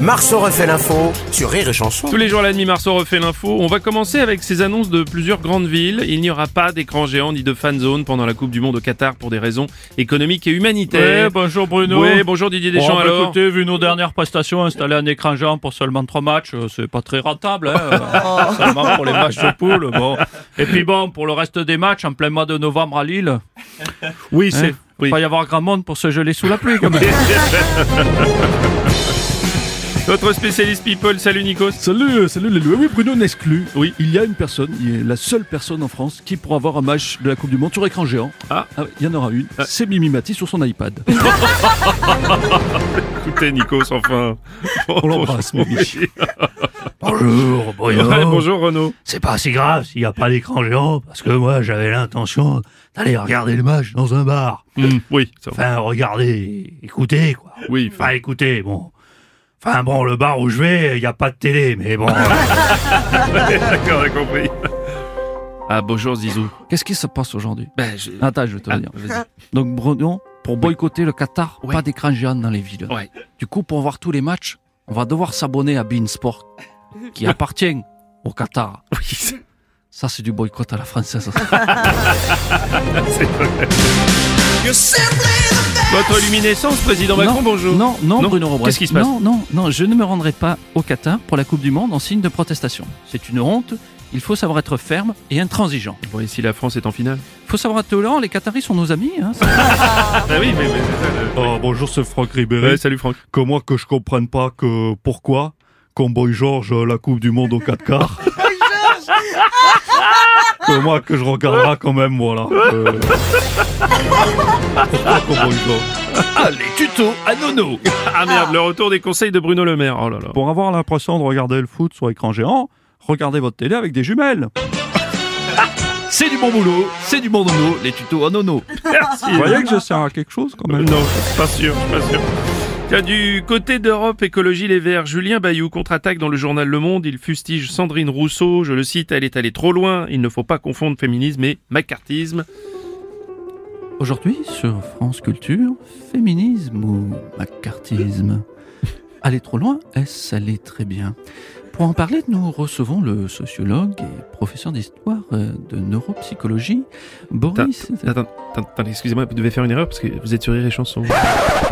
Marceau refait l'info sur Rire et Chanson. Tous les jours à la demi Marceau refait l'info. On va commencer avec ces annonces de plusieurs grandes villes. Il n'y aura pas d'écran géant ni de fan zone pendant la Coupe du Monde au Qatar pour des raisons économiques et humanitaires. Ouais, bonjour Bruno. Ouais, bonjour Didier Deschamps Bon, bah, alors. écoutez, vu nos dernières prestations, installer un écran géant pour seulement trois matchs, euh, c'est pas très rentable. hein, euh, seulement pour les matchs de poule. Bon. Et puis bon, pour le reste des matchs, en plein mois de novembre à Lille, Hein oui, c'est. il va y avoir grand monde pour se geler sous la pluie. Quand même. Ah, Notre spécialiste people, salut Nikos. Salut, euh, salut les loups. Eh Oui, Bruno n'exclut. Oui, il y a une personne, il est la seule personne en France qui pourra voir un match de la Coupe du Monde sur écran géant. Ah. ouais, il y en aura une. C'est Mimi Mati sur son iPad. Écoutez Nikos, enfin. On l'embrasse, Mimi. Bonjour, Bruno. Oh. Ouais, bonjour Renaud. C'est pas si grave s'il n'y a pas d'écran géant, parce que moi j'avais l'intention d'aller regarder le match dans un bar. Hmm. Oui, ça va. Enfin, regarder, écouter, quoi. Oui, Enfin, écouter, bon. Enfin, bon, le bar où je vais, il n'y a pas de télé, mais bon. Ah, euh, d'accord, on a compris. Ah bonjour Zizou. Qu'est-ce qui se passe aujourd'hui Ben, je... Attends, je vais te le Ah, dire. vas-y. Donc Bruno, pour boycotter le Qatar, Ouais. pas d'écran géant dans les villes. Ouais. Du coup, pour voir tous les matchs, on va devoir s'abonner à Beansport, qui appartient au Qatar. Ça, c'est du boycott à la française. Votre luminescence, président Macron, non, bonjour. Non, non, Non. Bruno Robrecht. Qu'est-ce qui se passe Non, non, non, je ne me rendrai pas au Qatar pour la Coupe du Monde en signe de protestation. C'est une honte. Il faut savoir être ferme et intransigeant. Bon, et si la France est en finale Il faut savoir être tolérant. Les Qataris sont nos amis. hein. Ah oui, mais, mais c'est ça. le- bonjour, c'est Franck Ribéry. Ouais, salut Franck. Que moi que je comprenne pas que pourquoi Comboy Georges la Coupe du Monde au 4 quarts. que moi que je regarderai quand même, voilà. Euh, pourquoi Cowboy Georges Ah merde, le retour des conseils de Bruno Le Maire. Oh là là. Pour avoir l'impression de regarder le foot sur écran géant, regardez votre télé avec des jumelles. Ah, C'est du bon boulot. C'est du bon nono. Les tutos à nono. Merci. Vous voyez que je sers à quelque chose quand Euh, même. Non, je suis pas sûr, je suis pas sûr. Tiens, du côté d'Europe Écologie Les Verts, Julien Bayou contre-attaque dans le journal Le Monde. Il fustige Sandrine Rousseau. Je le cite, elle est allée trop loin. Il ne faut pas confondre féminisme et macartisme. Aujourd'hui, sur France Culture, féminisme ou macartisme Aller trop loin, est-ce aller très bien Pour en parler, nous recevons le sociologue et professeur d'histoire euh, de neuropsychologie, Boris. Attends, attends, attends, excusez-moi, vous devez faire une erreur parce que vous êtes sur Rire et Chanson.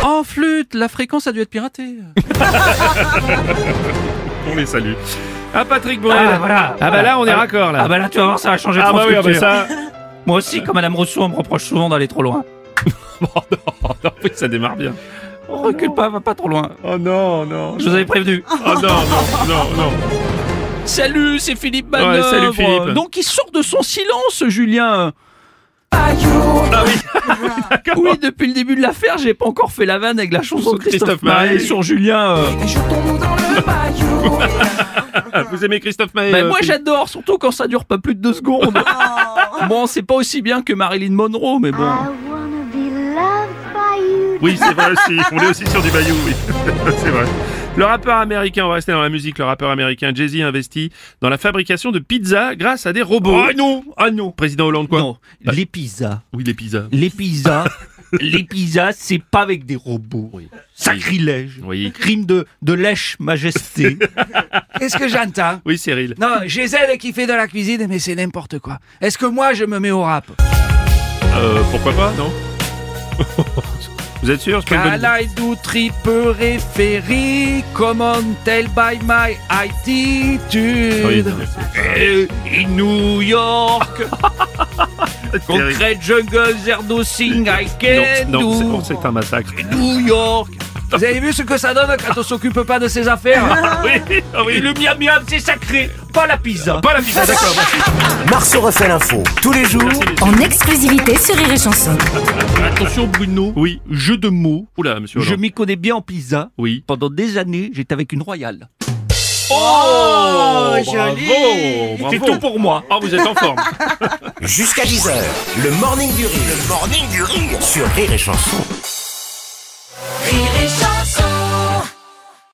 En flûte, la fréquence a dû être piratée. On les salue. Ah, Patrick Borel. Ah, Ah, voilà. bah là, on est raccord là. Ah bah là, tu vas voir, ça va changer de Ah, bah France oui, ah bah Culture. ça. Moi aussi, comme Madame Rousseau, on me reproche souvent d'aller trop loin. Oh, non, oui, ça démarre bien. Recule pas, va pas trop loin. Oh non, non. Je vous avais prévenu. Oh non, non, non, non. Salut, c'est Philippe Ouais, Manœuvre. salut, Philippe. Donc il sort de son silence, Julien. Ah oui. oui, depuis le début de l'affaire, j'ai pas encore fait la vanne avec la chanson de Christophe, Christophe Maé Maé. sur Julien. euh. Ah, Vous aimez Christophe Maé Ben, euh, moi Philippe j'adore, surtout quand ça dure pas plus de deux secondes. bon, c'est pas aussi bien que Marilyn Monroe, mais bon. I wanna be loved by you. Oui, c'est vrai aussi. On est aussi sur du Bayou, oui. c'est vrai. Le rappeur américain, on va rester dans la musique, le rappeur américain Jay-Z investit dans la fabrication de pizzas grâce à des robots. Ah non, ah non. Président Hollande, quoi non, les pizzas, Oui, les pizzas. les pizzas, les pizzas, c'est pas avec des robots. Sacrilège. Oui. Crime de, de lèche-majesté. Qu'est-ce que j'entends Oui, Cyril. Non, Gisèle qui fait de la cuisine, mais c'est n'importe quoi. Est-ce que moi je me mets au rap Euh, pourquoi pas, non Vous êtes sûr C'est pas une bonne- Kalaidou tripe référi, comment tell by my Oui, attitude non, mais c'est- Euh, In New York, c'est terrible. concrete jungle, there's nothing I can Non, non, c'est- do. oh, c'est un massacre. New York. Vous avez vu ce que ça donne quand on s'occupe pas de ses affaires Oui, ah Et oui. le miam miam, c'est sacré, pas la pizza. Pas la pizza, d'accord. merci. Marceau refait l'info tous les jours Merci, messieurs. en exclusivité sur Rire et Chanson. Attention Bruno, Oui. jeu de mots. Oula, monsieur Hollande. m'y connais bien en pizza. Oui. Pendant des années, j'étais avec une royale. Oh, joli. Bravo, C'est bravo. tout pour moi. Oh, vous êtes en forme. jusqu'à 10h. Le morning du rire. Le morning du rire sur Rire et Chanson.